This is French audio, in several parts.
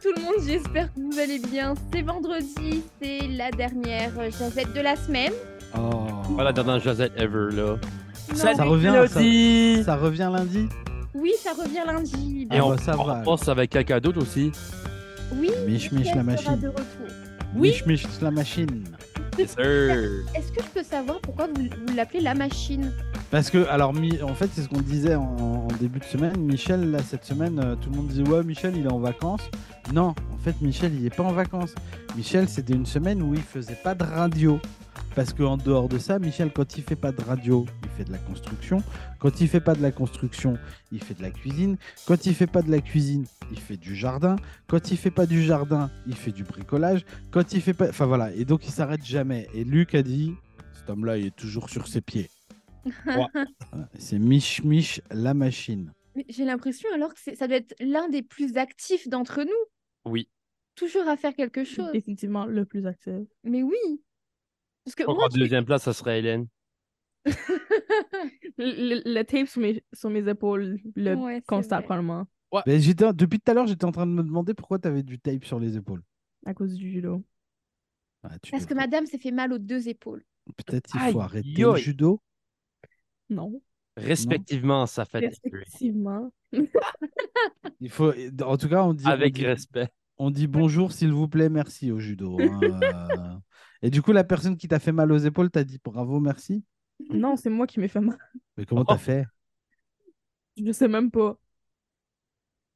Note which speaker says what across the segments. Speaker 1: tout le monde, j'espère que vous allez bien. C'est vendredi, c'est la dernière jazette de la semaine.
Speaker 2: Oh.
Speaker 3: Voilà, dans un Josette Ever, là.
Speaker 2: Ça,
Speaker 1: Non.
Speaker 2: revient,
Speaker 4: Mélodie.
Speaker 2: ça, ça revient lundi.
Speaker 1: Oui, ça revient lundi.
Speaker 2: Ah
Speaker 3: Et on,
Speaker 2: bah, ça
Speaker 3: on
Speaker 2: va.
Speaker 3: repense avec quelqu'un d'autre aussi.
Speaker 1: Oui,
Speaker 2: Mich mich
Speaker 1: Mickaël sera
Speaker 2: la machine.
Speaker 1: de retour. Oui.
Speaker 2: Mich mich la machine.
Speaker 3: Yes, sir.
Speaker 1: Est-ce que je peux savoir pourquoi vous, vous l'appelez la machine
Speaker 2: Parce que, alors, mi- en fait, c'est ce qu'on disait en, en début de semaine. Michel, là, cette semaine, euh, tout le monde dit Ouais, Michel, il est en vacances. Non, en fait, Michel, il n'est pas en vacances. Michel, c'était une semaine où il faisait pas de radio. Parce qu'en dehors de ça, Michel, quand il fait pas de radio, il fait de la construction. Quand il fait pas de la construction, il fait de la cuisine. Quand il fait pas de la cuisine, il fait du jardin. Quand il fait pas du jardin, il fait du bricolage. Quand il fait pas. Enfin voilà. Et donc, il s'arrête jamais. Et Luc a dit Cet homme-là, il est toujours sur ses pieds. C'est Mich Mich la machine.
Speaker 1: Mais J'ai l'impression alors que c'est- ça doit être l'un des plus actifs d'entre nous.
Speaker 3: Oui.
Speaker 1: Toujours à faire quelque chose.
Speaker 4: Définitivement le plus actif.
Speaker 1: Mais oui. Parce que
Speaker 3: Je crois
Speaker 1: moi,
Speaker 3: qu'en deuxième place, ça serait Hélène.
Speaker 4: Le, le- le tape sur mes, sur mes épaules, le
Speaker 1: Ouais, c'est
Speaker 4: constat
Speaker 1: vrai.
Speaker 4: probablement,
Speaker 2: Ben, j'étais en- depuis tout à l'heure, j'étais en train de me demander pourquoi tu avais du tape sur les épaules.
Speaker 4: à cause du judo.
Speaker 2: Ah, tu
Speaker 1: parce que
Speaker 2: devrais-
Speaker 1: madame s'est fait mal aux deux épaules.
Speaker 2: Peut-être il
Speaker 3: Aïe,
Speaker 2: faut arrêter le
Speaker 3: yoï.
Speaker 2: judo.
Speaker 4: Non,
Speaker 3: Respectivement, ça fait
Speaker 4: effectivement.
Speaker 2: Il faut... En tout cas, on dit,
Speaker 3: avec
Speaker 2: on dit,
Speaker 3: respect.
Speaker 2: on dit bonjour, s'il vous plaît, merci au judo. hein. Euh, Et du coup, la personne qui t'a fait mal aux épaules t'a dit bravo, merci.
Speaker 4: Non, c'est moi qui m'ai fait mal.
Speaker 2: Mais comment t'as fait
Speaker 4: Je sais même pas.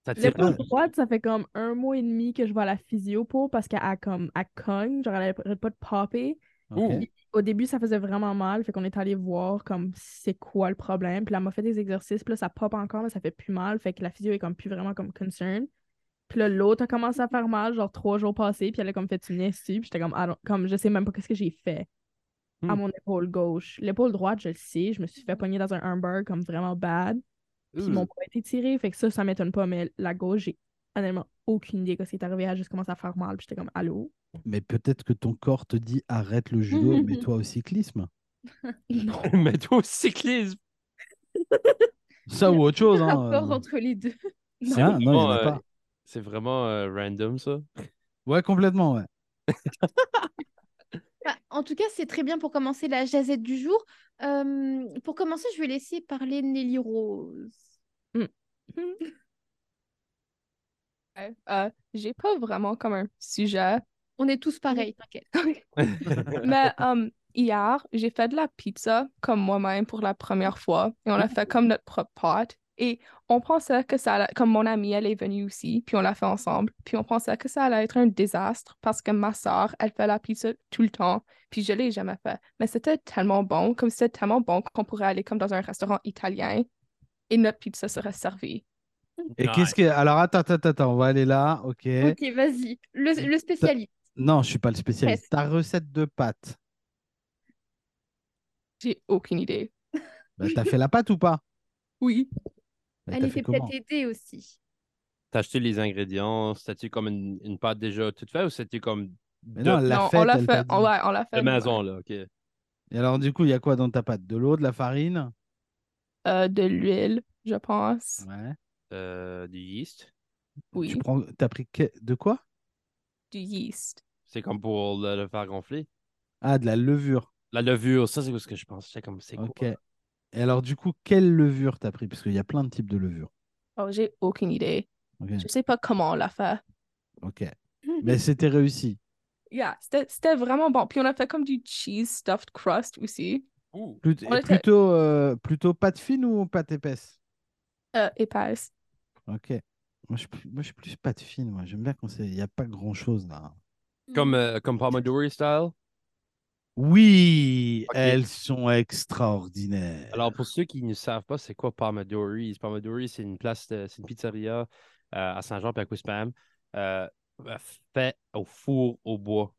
Speaker 3: Ça tire
Speaker 2: pas-
Speaker 4: L'épaule droite, ça fait comme un mois et demi que je vais à la physio pour parce qu'elle a comme, elle cogne, genre elle arrête pas de popper.
Speaker 2: Ok.
Speaker 3: Ouh.
Speaker 4: Au début, ça faisait vraiment mal, fait qu'on est allé voir comme c'est quoi le problème. Puis là, elle m'a fait des exercices, puis là, ça pop encore, mais ça fait plus mal, fait que la physio est comme plus vraiment comme concern. Puis là, l'autre a commencé à faire mal, genre trois jours passés, puis elle a comme fait une issue, puis j'étais comme, I don't- comme je sais même pas qu'est-ce que j'ai fait à
Speaker 3: Hmm.
Speaker 4: mon épaule gauche. L'épaule droite, je le sais, je me suis fait pogner dans un hamburger comme vraiment bad, puis ils m'ont pas été tiré, fait que ça, ça m'étonne pas, mais la gauche, j'ai honnêtement aucune idée de ce qui est arrivé, elle a juste commencé à faire mal, puis j'étais comme, allô?
Speaker 2: Mais peut-être que ton corps te dit arrête le judo et mets-toi au cyclisme.
Speaker 4: Non.
Speaker 3: Mais toi au cyclisme.
Speaker 2: Ça ou autre chose. hein,
Speaker 1: Rapport
Speaker 2: euh,
Speaker 1: entre les deux.
Speaker 2: c'est un- Ah, non, il y en a
Speaker 3: Bon, euh,
Speaker 2: pas.
Speaker 3: C'est vraiment euh, random, ça.
Speaker 2: Ouais, complètement. ouais.
Speaker 1: Bah, en tout cas, c'est très bien pour commencer la jazette du jour. Euh, pour commencer, je vais laisser parler Nelly Rose.
Speaker 5: Mm-hmm. Ouais, euh, j'ai pas vraiment comme un sujet,
Speaker 1: On est tous pareils, t'inquiète.
Speaker 5: mais um, hier, j'ai fait de la pizza comme moi-même pour la première fois et on l'a fait comme notre propre pâte. Et on pensait que ça allait, comme mon amie, elle est venue aussi, puis on l'a fait ensemble. Puis on pensait que ça allait être un désastre parce que ma soeur, elle fait la pizza tout le temps, puis je l'ai jamais fait. Mais c'était tellement bon, comme c'était tellement bon qu'on pourrait aller comme dans un restaurant italien et notre pizza serait servie.
Speaker 2: Et qu'est-ce que. Alors, attends, attends, attends, on va aller là. Ok.
Speaker 1: Ok, vas-y. Le,
Speaker 2: Eh,
Speaker 1: le spécialiste.
Speaker 2: Non, je suis pas le spécialiste.
Speaker 1: Presque.
Speaker 2: Ta recette de pâte,
Speaker 5: J'ai aucune idée.
Speaker 2: bah, t'as fait la pâte ou pas
Speaker 5: Oui.
Speaker 2: Bah,
Speaker 1: Elle
Speaker 2: T'as fait
Speaker 1: était
Speaker 2: comment
Speaker 1: peut-être aidée aussi.
Speaker 3: T'as acheté les ingrédients. C'était-tu comme une, une pâte déjà toute faite ou c'était comme
Speaker 2: Mais
Speaker 3: de,
Speaker 1: Euh,
Speaker 2: non, elle l'a
Speaker 5: Non,
Speaker 2: fait.
Speaker 5: on l'a
Speaker 2: elle t'a
Speaker 5: fait,
Speaker 2: dit.
Speaker 5: on, ouais, on l'a fait.
Speaker 3: de
Speaker 5: nous-mêmes.
Speaker 3: maison, là? OK.
Speaker 2: Et alors, du coup, il y a quoi dans ta pâte De l'eau, de la farine
Speaker 5: euh, de l'huile, je pense.
Speaker 2: Ouais.
Speaker 3: Euh, du yeast.
Speaker 5: Oui,
Speaker 2: Tu prends... T'as pris que- de quoi
Speaker 5: du yeast.
Speaker 3: C'est comme pour le, le faire gonfler.
Speaker 2: Ah, de la levure.
Speaker 3: La levure, ça, c'est ce que je pensais. J'étais comme, c'est
Speaker 2: Ok.
Speaker 3: quoi?
Speaker 2: Et alors, du coup, quelle levure t'as pris Parce qu'il y a plein de types de levures.
Speaker 5: Oh, j'ai aucune idée.
Speaker 2: Ok.
Speaker 5: Je sais pas comment on l'a fait.
Speaker 2: ok. Mais c'était réussi.
Speaker 5: Yeah, c'était c'était vraiment bon. Puis on a fait comme du cheese stuffed crust aussi,
Speaker 3: Ouh.
Speaker 2: Plut-
Speaker 5: On l'a fait-
Speaker 2: Plutôt, euh, plutôt pâte fine ou pâte épaisse
Speaker 5: euh, épaisse.
Speaker 2: Ok. Moi, je suis plus, moi, je suis plus pâte fine. Moi, j'aime bien quand c'est- il n'y a pas grand-chose là.
Speaker 1: Hmm. Mm.
Speaker 3: Comme, euh, comme Pomodori style.
Speaker 2: Oui,
Speaker 3: Ok.
Speaker 2: elles sont extraordinaires.
Speaker 3: Alors, pour ceux qui ne savent pas, c'est quoi Pomodori's? Pomodori, c'est une place, de- c'est une pizzeria euh, à Saint-Jean puis à Couspam, euh, euh, fait au four au bois.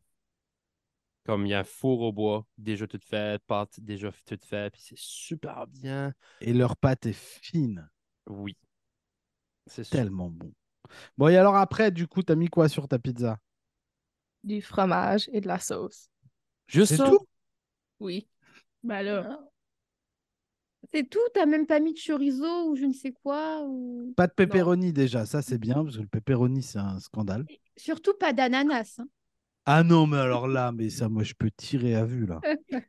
Speaker 3: Comme il y a un four au bois, déjà toute faite, pâte déjà f- toute faite, puis c'est super bien.
Speaker 2: Et leur pâte est fine,
Speaker 3: Oui. C'est super.
Speaker 2: tellement bon. Bon, et alors après, du coup, t'as mis quoi sur ta pizza
Speaker 5: Du fromage et de la sauce.
Speaker 3: Juste
Speaker 2: C'est
Speaker 3: ça?
Speaker 2: tout
Speaker 5: Oui.
Speaker 4: Ben là,
Speaker 1: C'est tout T'as même pas mis de chorizo ou je ne sais quoi ou...
Speaker 2: Pas de pepperoni déjà, ça c'est bien, parce que le pepperoni c'est un scandale.
Speaker 1: Surtout pas d'ananas. hein.
Speaker 2: Ah non, mais alors là, mais ça, moi, je peux tirer à vue, là.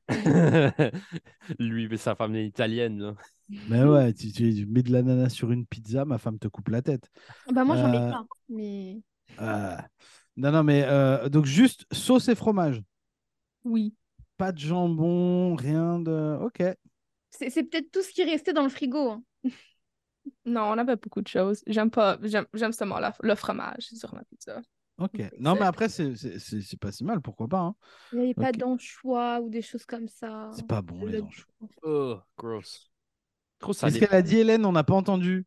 Speaker 3: Lui, mais sa femme est italienne, là.
Speaker 2: Mais ouais, tu, tu- tu mets de l'ananas sur une pizza, ma femme te coupe la tête.
Speaker 1: Bah, moi, j'en mets
Speaker 2: Euh,
Speaker 1: plein. Mais
Speaker 2: Euh, Non, non, mais euh, donc juste sauce et fromage.
Speaker 5: Oui.
Speaker 2: Pas de jambon, rien de. Ok.
Speaker 1: c'est c'est peut-être tout ce qui restait dans le frigo. hein.
Speaker 5: Non, on avait beaucoup de choses. J'aime pas, j'aime j'aime seulement la- le fromage sur ma pizza.
Speaker 2: Ok.
Speaker 5: Oui,
Speaker 2: Non,
Speaker 5: c'est-
Speaker 2: mais après, c'est- c'est c'est- c'est pas si mal, pourquoi pas. hein.
Speaker 1: Il n'y avait pas
Speaker 2: Ok.
Speaker 1: d'anchois ou des choses comme
Speaker 5: Ah.
Speaker 1: ça.
Speaker 2: C'est pas bon, les
Speaker 1: Le-
Speaker 2: anchois.
Speaker 3: Oh, gross. Trop
Speaker 2: Qu'est-ce
Speaker 3: salé.
Speaker 2: qu'elle a dit, Hélène On n'a pas entendu.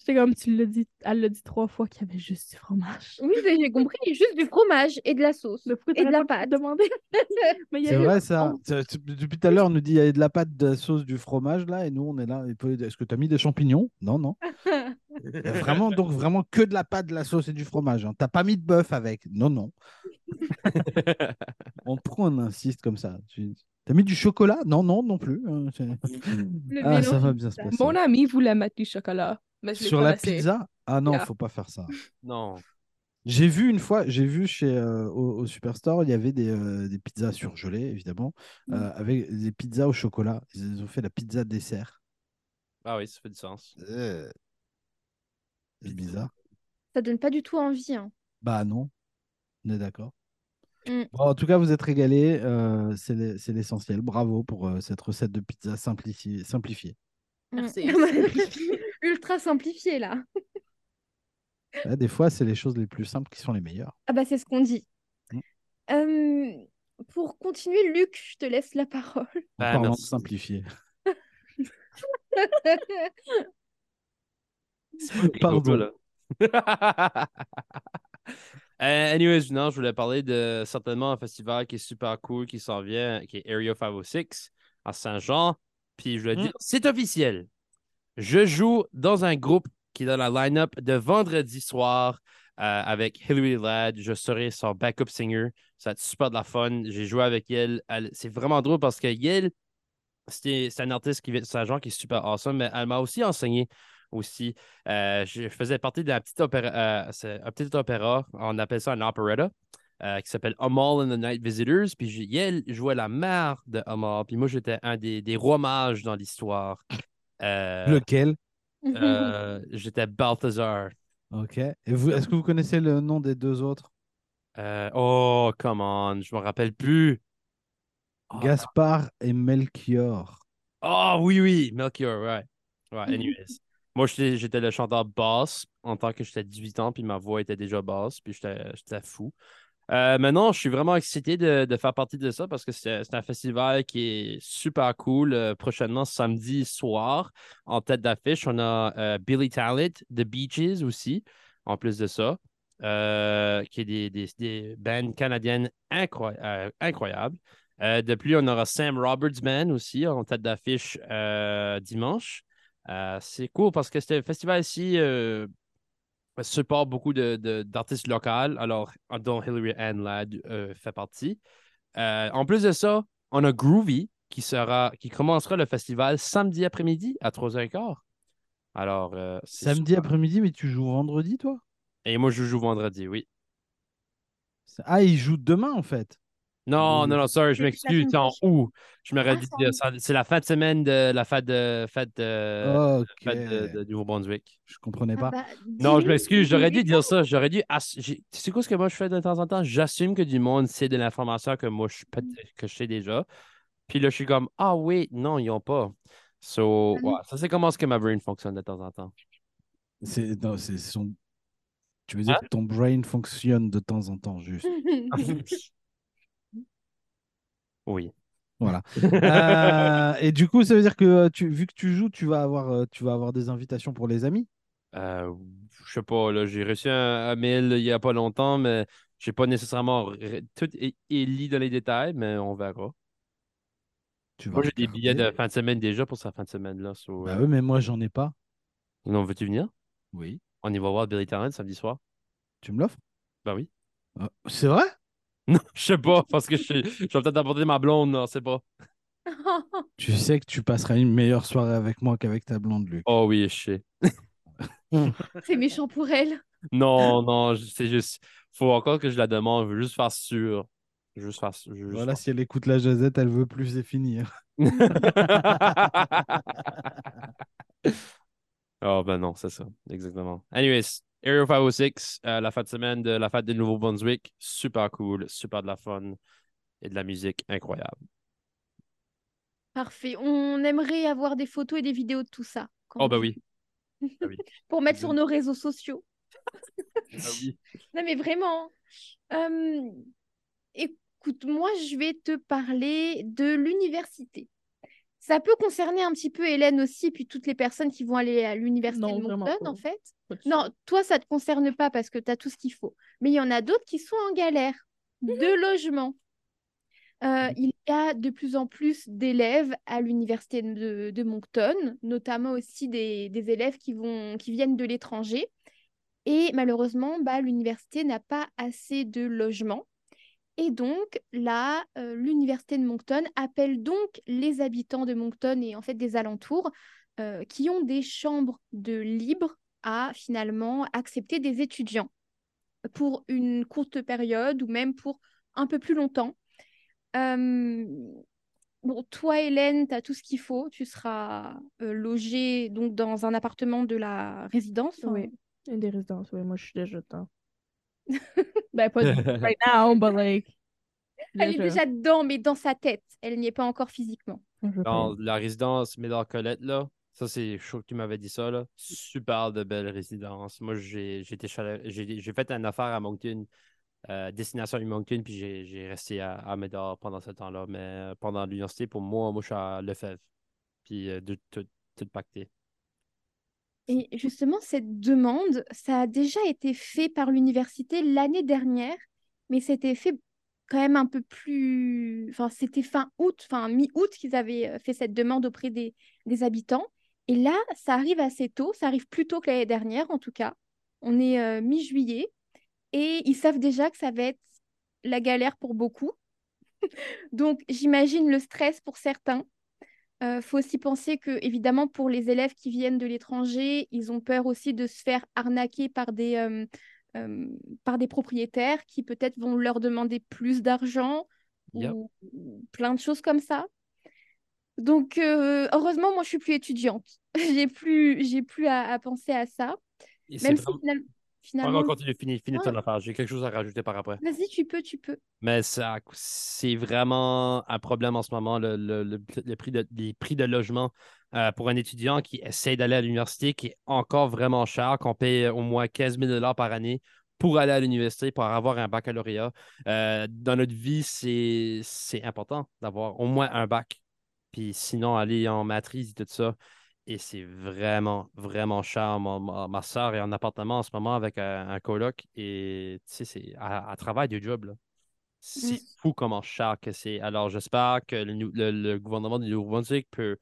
Speaker 4: J'étais comme, tu l'as dit, elle l'a dit trois fois qu'il y avait juste du fromage.
Speaker 1: Oui, j'ai j'ai compris. Juste du fromage et de la sauce.
Speaker 4: Mais pourquoi
Speaker 1: Et de
Speaker 4: t'aurais
Speaker 1: la
Speaker 4: pas pu
Speaker 1: pâte.
Speaker 4: demander? Mais il y a
Speaker 2: C'est
Speaker 4: eu-
Speaker 2: vrai, ça. Ça, tu- Depuis tout à l'heure, on nous dit il y a de la pâte, de la sauce, du fromage, là, et nous, on est là. et puis, Est-ce que tu as mis des champignons Non, non. Il y a Vraiment, donc, vraiment que de la pâte, de la sauce et du fromage. hein. T'as pas mis de bœuf avec Non, non. On prend, on insiste comme ça. Tu as mis du chocolat Non, non, non plus. hein, c'est-
Speaker 1: Le
Speaker 2: Ah, ça
Speaker 1: mélange
Speaker 2: va
Speaker 1: de
Speaker 2: bien se
Speaker 1: ça.
Speaker 2: passer.
Speaker 5: Mon ami voulait mettre du chocolat, mais je l'ai
Speaker 2: Sur
Speaker 5: pas
Speaker 2: la
Speaker 5: laissé.
Speaker 2: pizza Ah non,
Speaker 5: Yeah.
Speaker 2: faut pas faire ça.
Speaker 3: non.
Speaker 2: J'ai vu une fois, j'ai vu chez euh, au, au Superstore, il y avait des, euh, des pizzas surgelées, évidemment, euh, avec des pizzas au chocolat. Ils ont fait la pizza dessert.
Speaker 3: Ah oui, ça fait du sens.
Speaker 2: Euh, C'est bizarre.
Speaker 1: Ça donne pas du tout envie. hein.
Speaker 2: Bah non, on est d'accord.
Speaker 1: Mm.
Speaker 2: Bon, en tout cas, vous êtes régalés, euh, c'est l'e- c'est l'essentiel. Bravo pour euh, cette recette de pizza simplifiée. simplifiée.
Speaker 1: Mm.
Speaker 5: Merci.
Speaker 1: Ultra simplifié là.
Speaker 2: Ouais, des fois, c'est les choses les plus simples qui sont les meilleures.
Speaker 1: Ah bah c'est ce qu'on dit.
Speaker 2: Mm.
Speaker 1: Euh, pour continuer, Luc, je te laisse la parole.
Speaker 2: En
Speaker 3: Ah,
Speaker 2: parlant
Speaker 3: merci.
Speaker 2: de simplifier. Pardon.
Speaker 3: Voilà. Euh, anyways, non, je voulais parler de certainement un festival qui est super cool, qui s'en vient, qui est Area 506 à Saint-Jean. Puis je voulais
Speaker 2: Mm.
Speaker 3: dire, c'est officiel. Je joue dans un groupe qui est dans la line-up de vendredi soir euh, avec Hilary Ladd. Je serai son backup singer. Ça va être super de la fun. J'ai joué avec elle. Elle- c'est vraiment drôle parce que Yel, c'est c'est un artiste qui vient de Saint-Jean qui est super awesome, mais elle m'a aussi enseigné aussi. Euh, je je faisais partie d'un petit opéra, euh, c'est un petit opéra, on appelle ça un operetta, euh, qui s'appelle Amal and the Night Visitors. Puis j'ai- Yel jouait la mère de Amal, puis moi j'étais un des, des rois mages dans l'histoire. Euh,
Speaker 2: Lequel
Speaker 3: euh, j'étais Balthazar.
Speaker 2: Ok. Et vous, est-ce que vous connaissez le nom des deux autres
Speaker 3: Euh, oh, come on, je me rappelle plus. Oh,
Speaker 2: Gaspard et Melchior.
Speaker 3: Ah oui, oui, Melchior, ouais. Ouais, anyways. Moi, j'étais j'étais le chanteur basse en tant que j'étais 18 ans, puis ma voix était déjà basse, puis j'étais j'étais fou. Euh, maintenant, je suis vraiment excité de, de faire partie de ça parce que c'est c'est un festival qui est super cool. Euh, prochainement, samedi soir, en tête d'affiche, on a euh, Billy Talent, The Beaches aussi, en plus de ça, euh, qui est des, des, des bands canadiennes incroy- euh, incroyables. Euh, depuis, on aura Sam Roberts Band aussi en tête d'affiche euh, dimanche. Euh, c'est cool parce que ce festival ici euh, supporte beaucoup de- de- d'artistes locaux, alors dont Hillary Ann Ladd euh, fait partie. Euh, en plus de ça, on a Groovy qui, sera, qui commencera le festival samedi après-midi à 3h15. Alors, euh, c'est
Speaker 2: Samedi
Speaker 3: super.
Speaker 2: après-midi, mais tu joues vendredi, toi
Speaker 3: Et moi, je joue vendredi, oui.
Speaker 2: C'est- Ah, il joue demain, en fait.
Speaker 3: Non,
Speaker 2: Oui.
Speaker 3: non, non, sorry, je
Speaker 1: C'est la
Speaker 3: m'excuse. C'est
Speaker 1: semaine
Speaker 3: en août. Je m'aurais
Speaker 1: Ah,
Speaker 3: dit,
Speaker 1: c'est en
Speaker 3: euh, ça- c'est la fin de semaine de la fête de, fête de,
Speaker 2: ok.
Speaker 3: fête Euh, de, de Nouveau-Brunswick.
Speaker 2: Je comprenais
Speaker 1: Ah
Speaker 2: pas.
Speaker 1: bah,
Speaker 3: Non, je
Speaker 1: dis-lui,
Speaker 3: m'excuse, j'aurais dû
Speaker 1: dis-lui.
Speaker 3: dire ça. J'aurais dû. ass- j'ai- Tu sais quoi ce que moi je fais de temps en temps? J'assume que du monde sait de l'information que moi je, peut- que je sais déjà. Puis là, je suis comme, ah oui, non, ils n'ont pas. So,
Speaker 1: Ah non.
Speaker 3: ouais, ça, c'est comment ce que ma brain fonctionne de temps en temps.
Speaker 2: C'est... Non, c'est son... Tu veux dire
Speaker 3: Hein
Speaker 2: que ton brain fonctionne de temps en temps, juste.
Speaker 3: Oui.
Speaker 2: Voilà. Euh, et du coup, ça veut dire que euh, tu, vu que tu joues, tu vas avoir, euh, tu vas avoir des invitations pour les amis.
Speaker 3: Euh, je sais pas, là, j'ai reçu un, un mail il y a pas longtemps, mais j'ai pas nécessairement re- tout é- élit dans les détails, mais on verra.
Speaker 2: Tu vas
Speaker 3: Moi, j'ai des
Speaker 2: regarder.
Speaker 3: billets de fin de semaine déjà pour sa fin de semaine-là. so,
Speaker 2: Bah
Speaker 3: euh,
Speaker 2: oui, mais moi, j'en ai pas.
Speaker 3: Non, veux-tu venir?
Speaker 2: Oui.
Speaker 3: On y va voir Billy Talent samedi soir.
Speaker 2: Tu me l'offres
Speaker 3: Ben oui.
Speaker 2: Euh, C'est vrai
Speaker 3: Non, je sais pas, parce que je, suis- je vais peut-être apporter ma blonde, non, c'est pas.
Speaker 2: Tu sais que tu passeras une meilleure soirée avec moi qu'avec ta blonde, Luc.
Speaker 3: Oh oui, je sais.
Speaker 1: c'est méchant pour elle.
Speaker 3: Non, non, je- c'est juste. Faut encore que je la demande. Je veux juste faire sûr. Je veux juste faire sûr. je veux juste
Speaker 2: Voilà, si elle écoute la Josette, elle veut plus, c'est fini. hein.
Speaker 3: Oh, ben non, c'est ça. Exactement. Anyways, Area 506, euh, la fin de semaine de la fête de Nouveau-Brunswick. Super cool, super de la fun et de la musique incroyable.
Speaker 1: Parfait. On aimerait avoir des photos et des vidéos de tout ça. quand-
Speaker 3: Oh, ben oui.
Speaker 1: Pour mettre sur nos réseaux sociaux.
Speaker 3: Ah oui.
Speaker 1: Non, mais vraiment. Euh, écoute, moi, je vais te parler de l'université. Ça peut concerner un petit peu Hélène aussi, puis toutes les personnes qui vont aller à l'université
Speaker 4: Non,
Speaker 1: de
Speaker 4: vraiment
Speaker 1: Moncton,
Speaker 4: pas.
Speaker 1: en fait.
Speaker 4: Pas de
Speaker 1: Non, toi, ça ne te concerne pas parce que tu as tout ce qu'il faut. Mais il y en a d'autres qui sont en galère de logement. Euh, il y a de plus en plus d'élèves à l'université de, de Moncton, notamment aussi des, des élèves qui, vont, qui viennent de l'étranger. Et malheureusement, bah, l'université n'a pas assez de logements. Et donc là, euh, l'université de Moncton appelle donc les habitants de Moncton et en fait des alentours euh, qui ont des chambres de libre à finalement accepter des étudiants pour une courte période ou même pour un peu plus longtemps. Euh, bon, toi, Hélène, tu as tout ce qu'il faut. Tu seras euh, logée donc, dans un appartement de la résidence. hein.
Speaker 4: Oui. Une des résidences, oui, moi je suis déjà dedans. ben, pas right now, but like.
Speaker 1: Elle est
Speaker 4: déjà-
Speaker 1: déjà dedans, mais dans sa tête. Elle n'y est pas encore physiquement.
Speaker 4: Je veux pas.
Speaker 1: Mm.
Speaker 3: Dans la résidence Médard Colette, là, ça c'est chaud que tu m'avais dit ça, là. Super de belle résidence. Moi, j'ai j'ai été chala- j'ai j'ai fait une affaire à Moncton, euh, destination à Moncton, puis j'ai j'ai resté à, à Médard pendant ce temps-là. Mais euh, pendant l'université, pour moi, moi je suis à Lefebvre. Puis euh, de- tout, tout pacté.
Speaker 1: Et justement, cette demande, ça a déjà été fait par l'université l'année dernière, mais c'était fait quand même un peu plus... Enfin, c'était fin août, fin mi-août qu'ils avaient euh, fait cette demande auprès des, des habitants. Et là, ça arrive assez tôt, ça arrive plus tôt que l'année dernière en tout cas. On est euh, mi-juillet et ils savent déjà que ça va être la galère pour beaucoup. Donc, j'imagine le stress pour certains. Euh, faut aussi penser que, évidemment, pour les élèves qui viennent de l'étranger, ils ont peur aussi de se faire arnaquer par des, euh, euh, par des propriétaires qui peut-être vont leur demander plus d'argent
Speaker 3: Yep.
Speaker 1: ou ou plein de choses comme ça. Donc, euh, heureusement, moi, je suis plus étudiante. j'ai plus, j'ai plus à, à penser à ça.
Speaker 3: Et c'est
Speaker 1: Même si
Speaker 3: vraiment-
Speaker 1: final-
Speaker 3: Ah
Speaker 1: finalement, Ah
Speaker 3: non, continue, finis, finis ton
Speaker 1: Ouais.
Speaker 3: affaire. J'ai quelque chose à rajouter par après.
Speaker 1: vas-y, tu peux, tu peux.
Speaker 3: Mais ça, c'est vraiment un problème en ce moment, le, le- le- le prix de, les prix de logement euh, pour un étudiant qui essaie d'aller à l'université, qui est encore vraiment cher, qu'on paye au moins 15 000 par année pour aller à l'université, pour avoir un baccalauréat. Euh, dans notre vie, c'est, c'est important d'avoir au moins un bac. Puis sinon, aller en matrice et tout ça. Et c'est vraiment, vraiment cher. Mon- ma, ma soeur est en appartement en ce moment avec un, un coloc et tu sais, c'est, elle, elle travaille du job, là. C'est fou comment cher que c'est. Alors, j'espère que le, nou- le- le gouvernement du Nouveau-Brunswick peut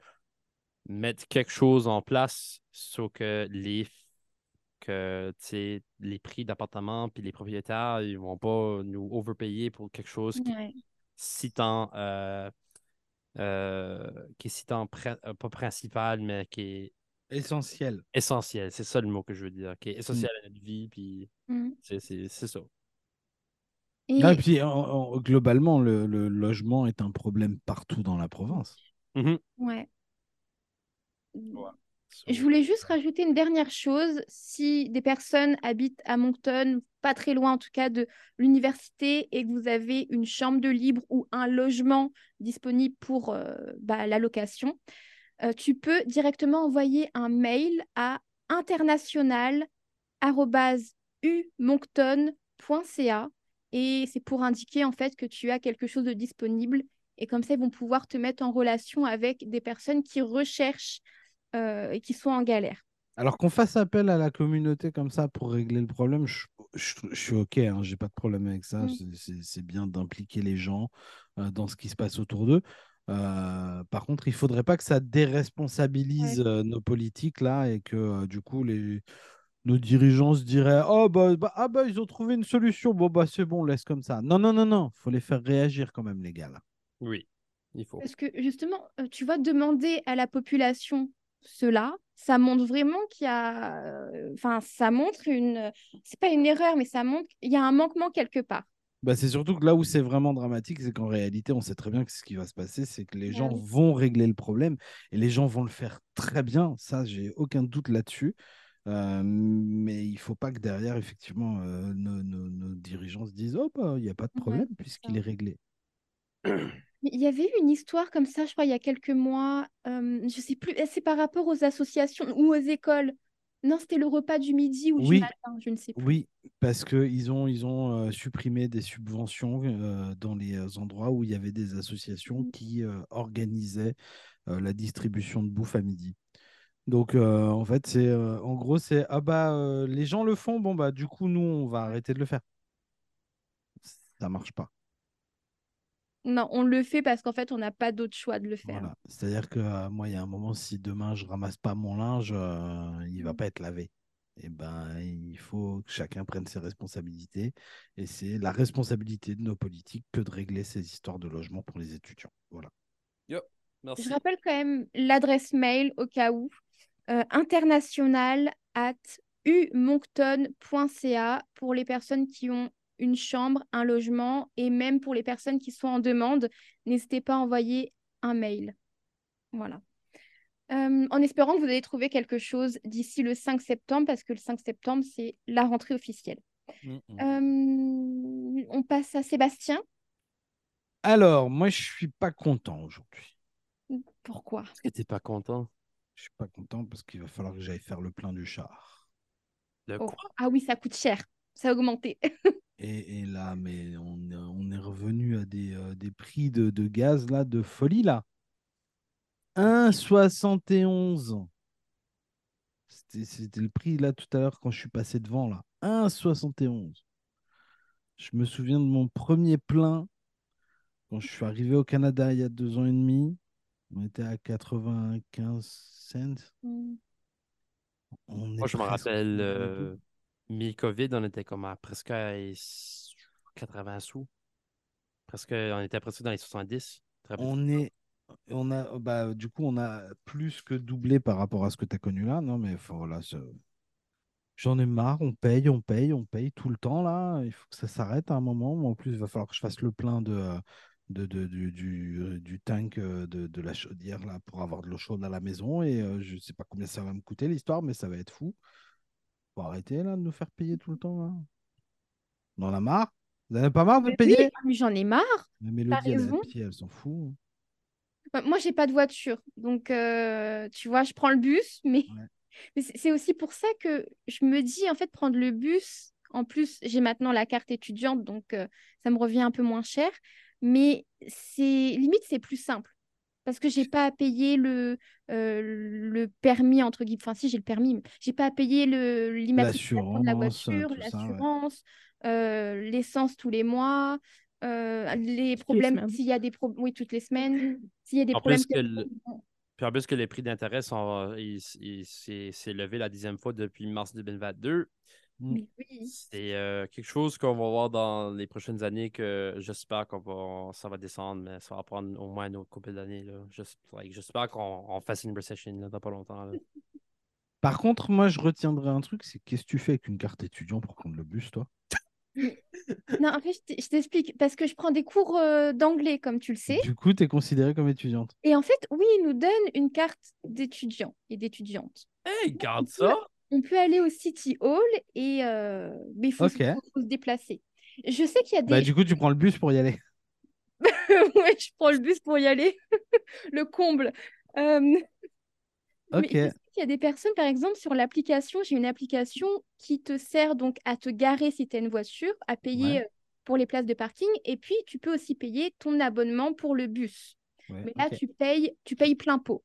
Speaker 3: mettre quelque chose en place sauf que les que tu sais, les prix d'appartements puis les propriétaires ils vont pas nous overpayer pour quelque chose qui citant euh, euh, qui est citant prin- euh, pas principal mais qui est
Speaker 2: Essentiel.
Speaker 3: essentiel c'est ça le mot que je veux dire qui est essentiel à notre vie puis
Speaker 1: Mm.
Speaker 3: c'est c'est- c'est ça
Speaker 1: Et,
Speaker 2: Non, et puis, en- en- globalement, le, le logement est un problème partout dans la province.
Speaker 1: ouais. Je voulais juste rajouter une dernière chose. Si des personnes habitent à Moncton, pas très loin en tout cas de l'université, et que vous avez une chambre de libre ou un logement disponible pour euh, bah, la location, euh, tu peux directement envoyer un mail à international.umoncton.ca et c'est pour indiquer en fait que tu as quelque chose de disponible et comme ça ils vont pouvoir te mettre en relation avec des personnes qui recherchent euh, et qui sont en galère.
Speaker 2: Alors qu'on fasse appel à la communauté comme ça pour régler le problème, je, je- je suis OK, hein, j'ai pas de problème avec ça.
Speaker 1: Mm.
Speaker 2: c'est- C'est c'est bien d'impliquer les gens euh, dans ce qui se passe autour d'eux. Euh, par contre, il faudrait pas que ça déresponsabilise euh, nos politiques là et que euh, du coup les, nos dirigeants se diraient oh bah, bah, ah bah ils ont trouvé une solution bon bah c'est bon laisse comme ça. Non non non non, faut les faire réagir quand même les gars là.
Speaker 3: oui il faut
Speaker 1: Parce que justement, euh, tu vois, demander à la population cela, ça montre vraiment qu'il y a. euh, Enfin, ça montre une. C'est pas une erreur, mais ça montre qu'il y a un manquement quelque part.
Speaker 2: Bah, c'est surtout que là où c'est vraiment dramatique, c'est qu'en réalité, on sait très bien que ce qui va se passer, c'est que les
Speaker 1: Bah
Speaker 2: gens
Speaker 1: oui.
Speaker 2: vont régler le problème et les gens vont le faire très bien. Ça, j'ai aucun doute là-dessus. Euh, mais il faut pas que derrière, effectivement, euh, nos, nos- nos dirigeants se disent Oh, bah, il n'y a pas de
Speaker 1: Ouais,
Speaker 2: problème
Speaker 1: c'est
Speaker 2: puisqu'il
Speaker 1: ça.
Speaker 2: est réglé.
Speaker 1: Mais Il y avait eu une histoire comme ça, je crois, il y a quelques mois. euh, je sais plus, c'est par rapport aux associations ou aux écoles. Non, c'était le repas du midi ou
Speaker 2: Oui.
Speaker 1: du matin, je ne sais plus.
Speaker 2: Oui, parce qu'ils ont, ils ont euh, supprimé des subventions euh, dans les euh, endroits où il y avait des associations qui euh, organisaient euh, la distribution de bouffe à midi. Donc, euh, en fait, c'est euh, en gros, c'est ah bah euh, les gens le font, bon bah du coup, nous, on va arrêter de le faire. Ça marche pas.
Speaker 1: Non, on le fait parce qu'en fait, on n'a pas d'autre choix de le faire.
Speaker 2: Voilà. C'est-à-dire que euh, moi, il y a un moment, si demain je ramasse pas mon linge, euh, il va
Speaker 1: Mm.
Speaker 2: pas être lavé. Et ben, il faut que chacun prenne ses responsabilités. Et c'est la responsabilité de nos politiques que de régler ces histoires de logement pour les étudiants. Voilà.
Speaker 1: Je
Speaker 3: Merci.
Speaker 1: rappelle quand même l'adresse mail au cas où euh, international at umoncton.ca pour les personnes qui ont une chambre, un logement et même pour les personnes qui sont en demande, n'hésitez pas à envoyer un mail. Voilà. Euh, en espérant que vous allez trouver quelque chose d'ici le 5 septembre, parce que le 5 septembre, c'est la rentrée officielle. mm. Euh, on passe à Sébastien.
Speaker 2: Alors, moi, je suis pas content aujourd'hui.
Speaker 1: Pourquoi
Speaker 3: Est-ce que t'es pas content?
Speaker 2: Je suis pas content parce qu'il va falloir que j'aille faire le plein du char.
Speaker 3: Le
Speaker 1: Oh.
Speaker 3: quoi?
Speaker 1: Ah oui, ça coûte cher. Ça a augmenté.
Speaker 2: Et, et là, mais on, est- on est revenu à des, euh, des prix de, de gaz là, de folie là. 1,71. C'était, c'était le prix là tout à l'heure quand je suis passé devant là. 1,71. Je me souviens de mon premier plein quand je suis arrivé au Canada il y a deux ans et demi. On était à 95 cents.
Speaker 1: Mm.
Speaker 2: On
Speaker 3: Moi,
Speaker 2: est
Speaker 3: je me
Speaker 2: presque
Speaker 3: rappelle,
Speaker 2: revenu au
Speaker 3: euh,
Speaker 2: double.
Speaker 3: mi-COVID, on était comme à presque à s- 80 sous. Presque, on était presque dans les 70. Te rappelles-tu
Speaker 2: On
Speaker 3: de ça?
Speaker 2: est. On a, bah, du coup, on a plus que doublé par rapport à ce que tu as connu là. Non, mais enfin, voilà, ça- j'en ai marre. On paye, on paye, on paye tout le temps là. Il faut que ça s'arrête à un moment. Moi, en plus, il va falloir que je fasse le plein de, euh, de, de- du, du, euh, du tank euh, de, de la chaudière là pour avoir de l'eau chaude à la maison. Et euh, je sais pas combien ça va me coûter l'histoire, mais ça va être fou. Faut arrêter là de nous faire payer tout le temps. Là. On en a marre. Vous n'en avez pas marre de
Speaker 1: Mais oui,
Speaker 2: payer?
Speaker 1: mais j'en ai marre.
Speaker 2: La Mélodie, elle a
Speaker 1: raison.
Speaker 2: le pied, elle s'en fout.
Speaker 1: Bah, Moi, j'ai pas de voiture. Donc, euh, tu vois, je prends le bus, mais,
Speaker 2: Ouais.
Speaker 1: mais c'est c'est aussi pour ça que je me dis, en fait, prendre le bus, en plus, j'ai maintenant la carte étudiante, donc euh, ça me revient un peu moins cher. Mais c'est limite, c'est plus simple. Parce que j'ai pas à payer le, euh, le permis, entre guillemets. Enfin, si, j'ai le permis, mais j'ai pas à payer le- l'immatriculation de la
Speaker 2: L'assurance, euh,
Speaker 1: voiture,
Speaker 2: tout ça, ouais.
Speaker 1: l'assurance, euh, l'essence tous les mois. euh, les problèmes,
Speaker 4: semaines.
Speaker 1: s'il y a des problèmes, oui, toutes les semaines, s'il y a des
Speaker 3: En
Speaker 1: problèmes.
Speaker 3: plus que
Speaker 1: techniques, bon,
Speaker 3: Puis en plus que les prix d'intérêt sont, euh, ils- ils- c'est c'est levé la dixième fois depuis mars 2022.
Speaker 1: mais oui.
Speaker 3: C'est euh, quelque chose qu'on va voir dans les prochaines années que j'espère qu'on va ça va descendre, mais ça va prendre au moins une autre couple d'années. là. J'es- like, J'espère qu'on on fasse une recession là, dans pas longtemps. là.
Speaker 2: Par contre, moi, je retiendrai un truc, c'est qu'est-ce que tu fais avec une carte étudiant pour prendre le bus, toi?
Speaker 1: Non, en fait, je t- je t'explique, parce que je prends des cours euh, d'anglais, comme tu le sais.
Speaker 2: Du coup, tu es considérée comme étudiante.
Speaker 1: Et en fait, oui, ils nous donnent une carte d'étudiant et d'étudiante.
Speaker 3: Hey, garde ça!
Speaker 1: On peut aller au City Hall, et, euh, mais il faut, se-
Speaker 2: Ok.
Speaker 1: faut- faut se déplacer. Je sais qu'il y a des...
Speaker 2: Bah, du coup, tu prends le bus pour y aller.
Speaker 1: Ouais, je prends le bus pour y aller. le comble. Euh, Mais
Speaker 2: Ok.
Speaker 1: je sais qu'il y a des personnes, par exemple, sur l'application, j'ai une application qui te sert donc à te garer si tu as une voiture, à payer euh, pour les places de parking, et puis tu peux aussi payer ton abonnement pour le bus.
Speaker 2: Ouais,
Speaker 1: Mais là,
Speaker 2: ok.
Speaker 1: tu payes, tu payes plein pot.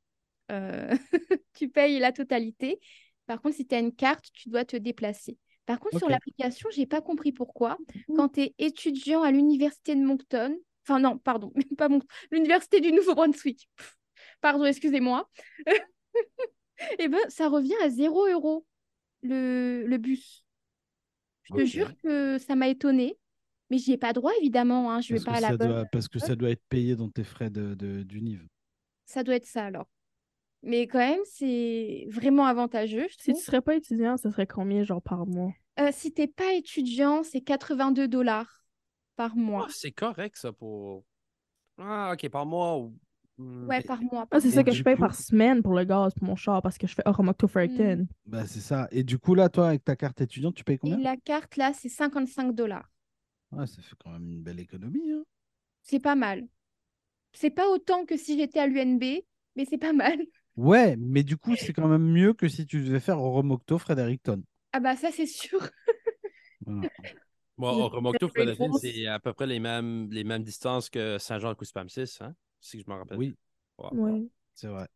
Speaker 1: Euh, tu payes la totalité. Par contre, si tu as une carte, tu dois te déplacer. Par contre, sur
Speaker 2: Ok.
Speaker 1: l'application, j'ai pas compris pourquoi. Quand tu es étudiant à l'université de Moncton, enfin non, pardon, même pas Moncton, l'université du Nouveau-Brunswick, Pff, pardon, excusez-moi, eh ben, ça revient à 0 euro le, le bus. Je te
Speaker 2: Ok.
Speaker 1: jure que ça m'a étonnée, mais j'y ai pas droit, évidemment, hein, je vais
Speaker 2: Parce
Speaker 1: pas
Speaker 2: que
Speaker 1: à la
Speaker 2: ça
Speaker 1: bonne.
Speaker 2: doit, parce que ça doit être payé dans tes frais de, de- d'univ.
Speaker 1: Ça doit être ça alors. Mais quand même, c'est vraiment avantageux, je
Speaker 4: Si
Speaker 1: trouve.
Speaker 4: tu serais pas étudiant, ça serait combien, genre, par mois?
Speaker 1: Euh, si t'es pas étudiant, c'est 82 dollars par mois.
Speaker 3: Ah, c'est correct, ça, pour. Ah, ok, par mois. ou- Hmm.
Speaker 1: Ouais, par mois.
Speaker 4: Ah, c'est
Speaker 2: Et
Speaker 4: ça que
Speaker 2: du
Speaker 4: je paye
Speaker 2: coup-
Speaker 4: par semaine pour le gaz, pour mon char, parce que je fais Oromocto Fredericton.
Speaker 2: Bah, c'est ça. Et du coup, là, toi, avec ta carte étudiante, tu payes
Speaker 1: Et
Speaker 2: combien
Speaker 1: la carte, là, c'est 55 dollars.
Speaker 2: Ouais, ça fait quand même une belle économie. hein.
Speaker 1: C'est pas mal. C'est pas autant que si j'étais à l'UNB, mais c'est pas mal.
Speaker 2: Ouais, mais du coup, c'est quand même mieux que si tu devais faire Romocto Fredericton.
Speaker 1: Ah bah ça, c'est sûr.
Speaker 2: Voilà.
Speaker 3: Moi,
Speaker 4: Il-
Speaker 3: au Romocto,
Speaker 4: il-
Speaker 3: Philadelphie,
Speaker 4: il-
Speaker 3: c'est à peu près les mêmes, les mêmes distances que Saint-Jean-Couspam 6, hein? Si je me rappelle.
Speaker 2: Oui,
Speaker 3: Ouais.
Speaker 4: Ouais.
Speaker 2: c'est vrai.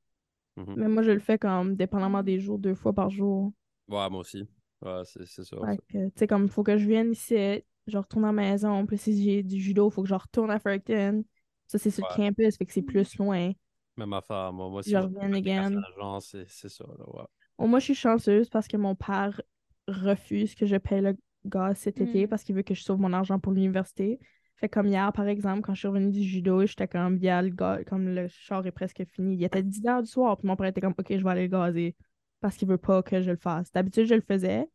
Speaker 3: Mhm.
Speaker 4: Mais moi, je le fais comme, dépendamment des jours, deux fois par jour.
Speaker 3: Ouais, moi aussi. Ouais, c'est c'est ça.
Speaker 4: Fait que, tu sais, comme, faut que je vienne ici, je retourne à la maison. Puis si j'ai du judo, faut que je retourne à Fredericton. Ça, c'est sur le campus, fait que c'est plus loin.
Speaker 3: Même affaire, moi. Moi, si
Speaker 4: Je
Speaker 3: je
Speaker 4: reviens
Speaker 3: vais à
Speaker 4: again.
Speaker 3: Saint-Jean, c'est c'est ça, là, ouais.
Speaker 4: Au moins, je suis chanceuse parce que mon père refuse que je paye le gaz cet été
Speaker 1: Mm.
Speaker 4: parce qu'il veut que je sauve mon argent pour l'université. Fait comme hier, par exemple, quand je suis revenue du judo, j'étais comme, yeah, le gaz, comme le char est presque fini. Il était 10 heures du soir, puis mon père était comme, OK, je vais aller le gazer parce qu'il veut pas que je le fasse. D'habitude, je le faisais,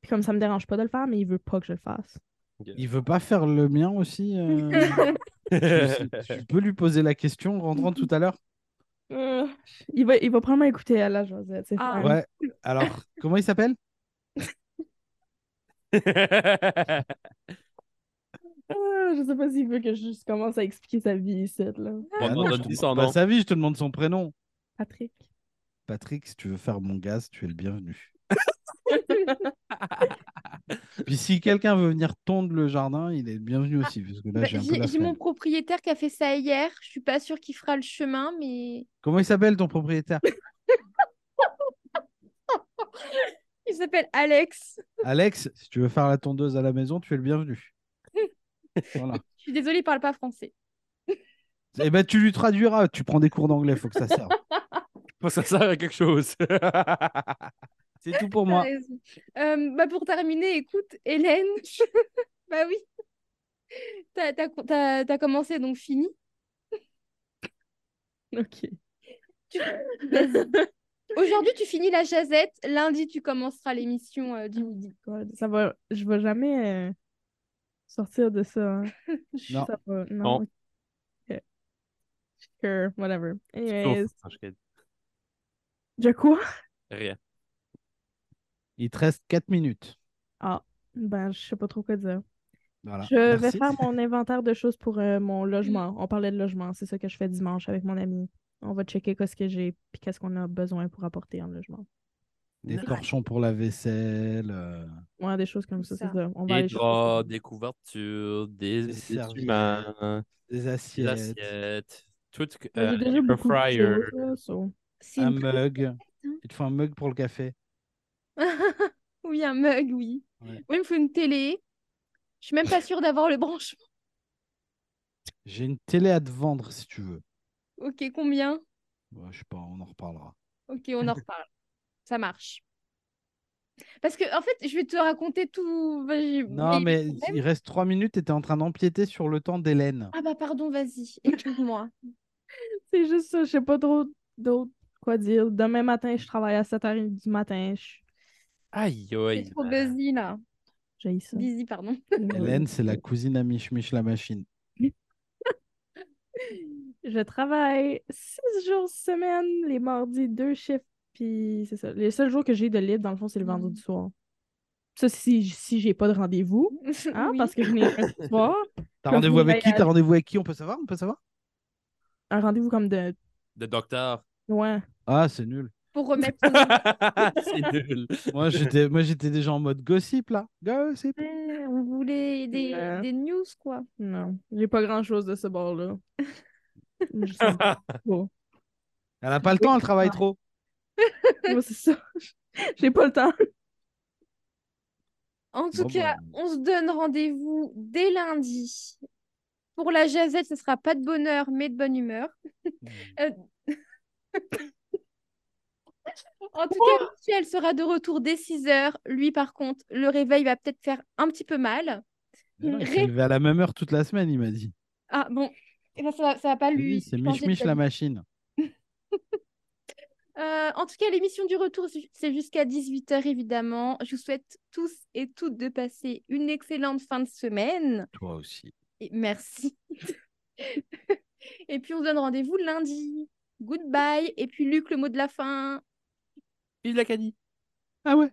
Speaker 4: puis comme ça me dérange pas de le faire, mais il veut pas que je le fasse.
Speaker 3: Ok.
Speaker 2: Il veut pas faire le mien aussi euh, tu, tu peux lui poser la question en rentrant tout à l'heure
Speaker 4: Il va, il va probablement écouter à la Josette, c'est
Speaker 1: Ah.
Speaker 4: fine.
Speaker 2: Ouais. Alors, comment il s'appelle
Speaker 4: Ah, je sais pas s'il veut que je juste commence à expliquer sa vie ici, là.
Speaker 3: Bon,
Speaker 2: Ah
Speaker 3: on
Speaker 2: non,
Speaker 3: donne
Speaker 2: je te
Speaker 3: dit
Speaker 2: demande
Speaker 3: son
Speaker 2: pas
Speaker 3: nom.
Speaker 2: sa vie, je te demande son prénom.
Speaker 4: Patrick.
Speaker 2: Patrick, si tu veux faire mon gaz, tu es le bienvenu. Puis si quelqu'un veut venir tondre le jardin, il est le bienvenu aussi. Parce que là,
Speaker 1: Bah,
Speaker 2: j'ai un peu
Speaker 1: J'ai
Speaker 2: la
Speaker 1: j'ai mon
Speaker 2: flemme.
Speaker 1: propriétaire qui a fait ça hier. Je suis pas sûre qu'il fera le chemin, mais
Speaker 2: Comment il s'appelle ton propriétaire
Speaker 1: il s'appelle Alex.
Speaker 2: Alex, si tu veux faire la tondeuse à la maison, tu es le bienvenu. Voilà.
Speaker 1: Je suis désolée, il parle pas français.
Speaker 2: Eh ben, tu lui traduiras. Tu prends des cours d'anglais, faut que ça serve.
Speaker 3: Faut que ça sert à quelque chose.
Speaker 2: C'est tout pour
Speaker 1: T'as
Speaker 2: moi.
Speaker 1: raison. Euh, bah pour terminer, écoute, Hélène, bah oui, t'as t'as- t'as- t'as commencé donc fini.
Speaker 4: OK.
Speaker 1: Tu- Aujourd'hui, tu finis la jazette. Lundi, tu commenceras l'émission euh, du midi.
Speaker 4: God, ça va, je vais jamais euh, sortir de ça. hein.
Speaker 2: Non.
Speaker 4: Ça va, non.
Speaker 3: Non.
Speaker 4: Ok. Sure, whatever. Anyways,
Speaker 3: Ouf, non, je kid.
Speaker 4: je quoi?
Speaker 3: Rien.
Speaker 2: Il te reste 4 minutes.
Speaker 4: Ah, ben, je sais pas trop quoi dire.
Speaker 2: Voilà.
Speaker 4: Je vais
Speaker 2: Merci.
Speaker 4: faire mon inventaire de choses pour euh, mon logement. On parlait de logement, c'est ça que je fais dimanche avec mon ami. On va checker qu'est-ce que j'ai puis qu'est-ce qu'on a besoin pour apporter en logement.
Speaker 2: Des torchons pour la vaisselle, euh,
Speaker 4: Ouais, des choses comme ça,
Speaker 1: Ça.
Speaker 4: c'est ça. On va
Speaker 3: Des
Speaker 4: aller chercher ça.
Speaker 3: draps, des couvertures, des
Speaker 2: Des
Speaker 3: des
Speaker 2: serviettes,
Speaker 3: humains,
Speaker 2: des
Speaker 3: des
Speaker 2: assiettes,
Speaker 3: assiettes, euh, tout ce que-
Speaker 4: Mais Ben, J'ai
Speaker 3: euh,
Speaker 4: déjà
Speaker 3: air
Speaker 4: beaucoup de
Speaker 3: fryer.
Speaker 4: choses, là, so-
Speaker 1: C'est
Speaker 2: un
Speaker 1: une pla-
Speaker 2: mug. Il te faut un mug pour le café.
Speaker 1: Oui, un mug, oui.
Speaker 2: Ouais.
Speaker 1: Oui, il me faut une télé. Je suis même pas sûre d'avoir le branchement.
Speaker 2: J'ai une télé à te vendre si tu veux.
Speaker 1: Ok, combien?
Speaker 2: Ouais, je sais pas, on en reparlera.
Speaker 1: Ok, on en reparle. Ça marche. Parce que, en fait, je vais te raconter tout. bah, j'ai-
Speaker 2: Non, mais
Speaker 1: quand même-
Speaker 2: il reste 3 minutes et t'es en train d'empiéter sur le temps d'Hélène.
Speaker 1: Ah, bah, pardon, vas-y, écoute-moi.
Speaker 4: C'est juste ça, je sais pas trop d'autre quoi dire. Demain matin, je travaille à 7h du matin. Je...
Speaker 3: Aïe,
Speaker 1: T'es
Speaker 3: aïe.
Speaker 1: trop busy,
Speaker 2: bah,
Speaker 1: là.
Speaker 2: hein.
Speaker 4: J'ai ça.
Speaker 1: Busy, pardon.
Speaker 2: Hélène, c'est la cousine à Mich Mich la machine.
Speaker 4: Je travaille 6 jours semaine, les mardis, deux chiffres, puis c'est ça. Les seuls jours que j'ai de libre, dans le fond, c'est le
Speaker 1: Mhm.
Speaker 2: Mm.
Speaker 4: vendredi soir. Ça, si, si j'ai pas de rendez-vous, hein,
Speaker 1: Oui.
Speaker 4: parce que je n'ai pas de soir.
Speaker 2: T'as
Speaker 4: Quand
Speaker 2: rendez-vous
Speaker 4: vous
Speaker 2: avec qui
Speaker 4: voyagez.
Speaker 2: T'as rendez-vous avec qui On peut savoir On peut savoir
Speaker 4: Un rendez-vous comme de.
Speaker 3: De docteur.
Speaker 4: Ouais.
Speaker 2: Ah, c'est nul.
Speaker 1: Pour remettre.
Speaker 3: c'est nul.
Speaker 2: Moi, j'étais moi, j'étais déjà en mode gossip là. Gossip.
Speaker 1: Ouais, on voulait des,
Speaker 4: Ouais.
Speaker 1: des news, quoi.
Speaker 4: Non. J'ai pas grand-chose de ce bord-là. Je sais pas.
Speaker 2: Elle a pas le temps, elle travaille
Speaker 4: Ouais.
Speaker 2: trop.
Speaker 4: Moi, c'est ça. J'ai pas le temps.
Speaker 1: En tout
Speaker 2: Bon,
Speaker 1: cas,
Speaker 2: bah.
Speaker 1: on se donne rendez-vous dès lundi. Pour la jazette, ce sera pas de bonheur, mais de bonne humeur. En tout cas, Michel sera de retour dès 6 heures. Lui, par contre, le réveil va peut-être faire un petit peu mal.
Speaker 2: Mais non, Il
Speaker 1: Ré-
Speaker 2: s'est levé à la même heure toute la semaine, il m'a dit.
Speaker 1: Ah bon, Eh ben, ça, va- ça va pas
Speaker 2: Je Ah, lui ai
Speaker 1: lui.
Speaker 2: dit, C'est
Speaker 1: changer
Speaker 2: Mich
Speaker 1: de
Speaker 2: Mich la
Speaker 1: vie.
Speaker 2: machine.
Speaker 1: Euh, en tout cas, l'émission du retour, c'est jusqu'à 18h, évidemment. Je vous souhaite tous et toutes de passer une excellente fin de semaine.
Speaker 3: Toi aussi.
Speaker 1: Et merci. et puis, on se donne rendez-vous lundi. Goodbye. Et puis, Luc, le mot de la fin.
Speaker 3: Vive l'Acadie.
Speaker 2: Ah ouais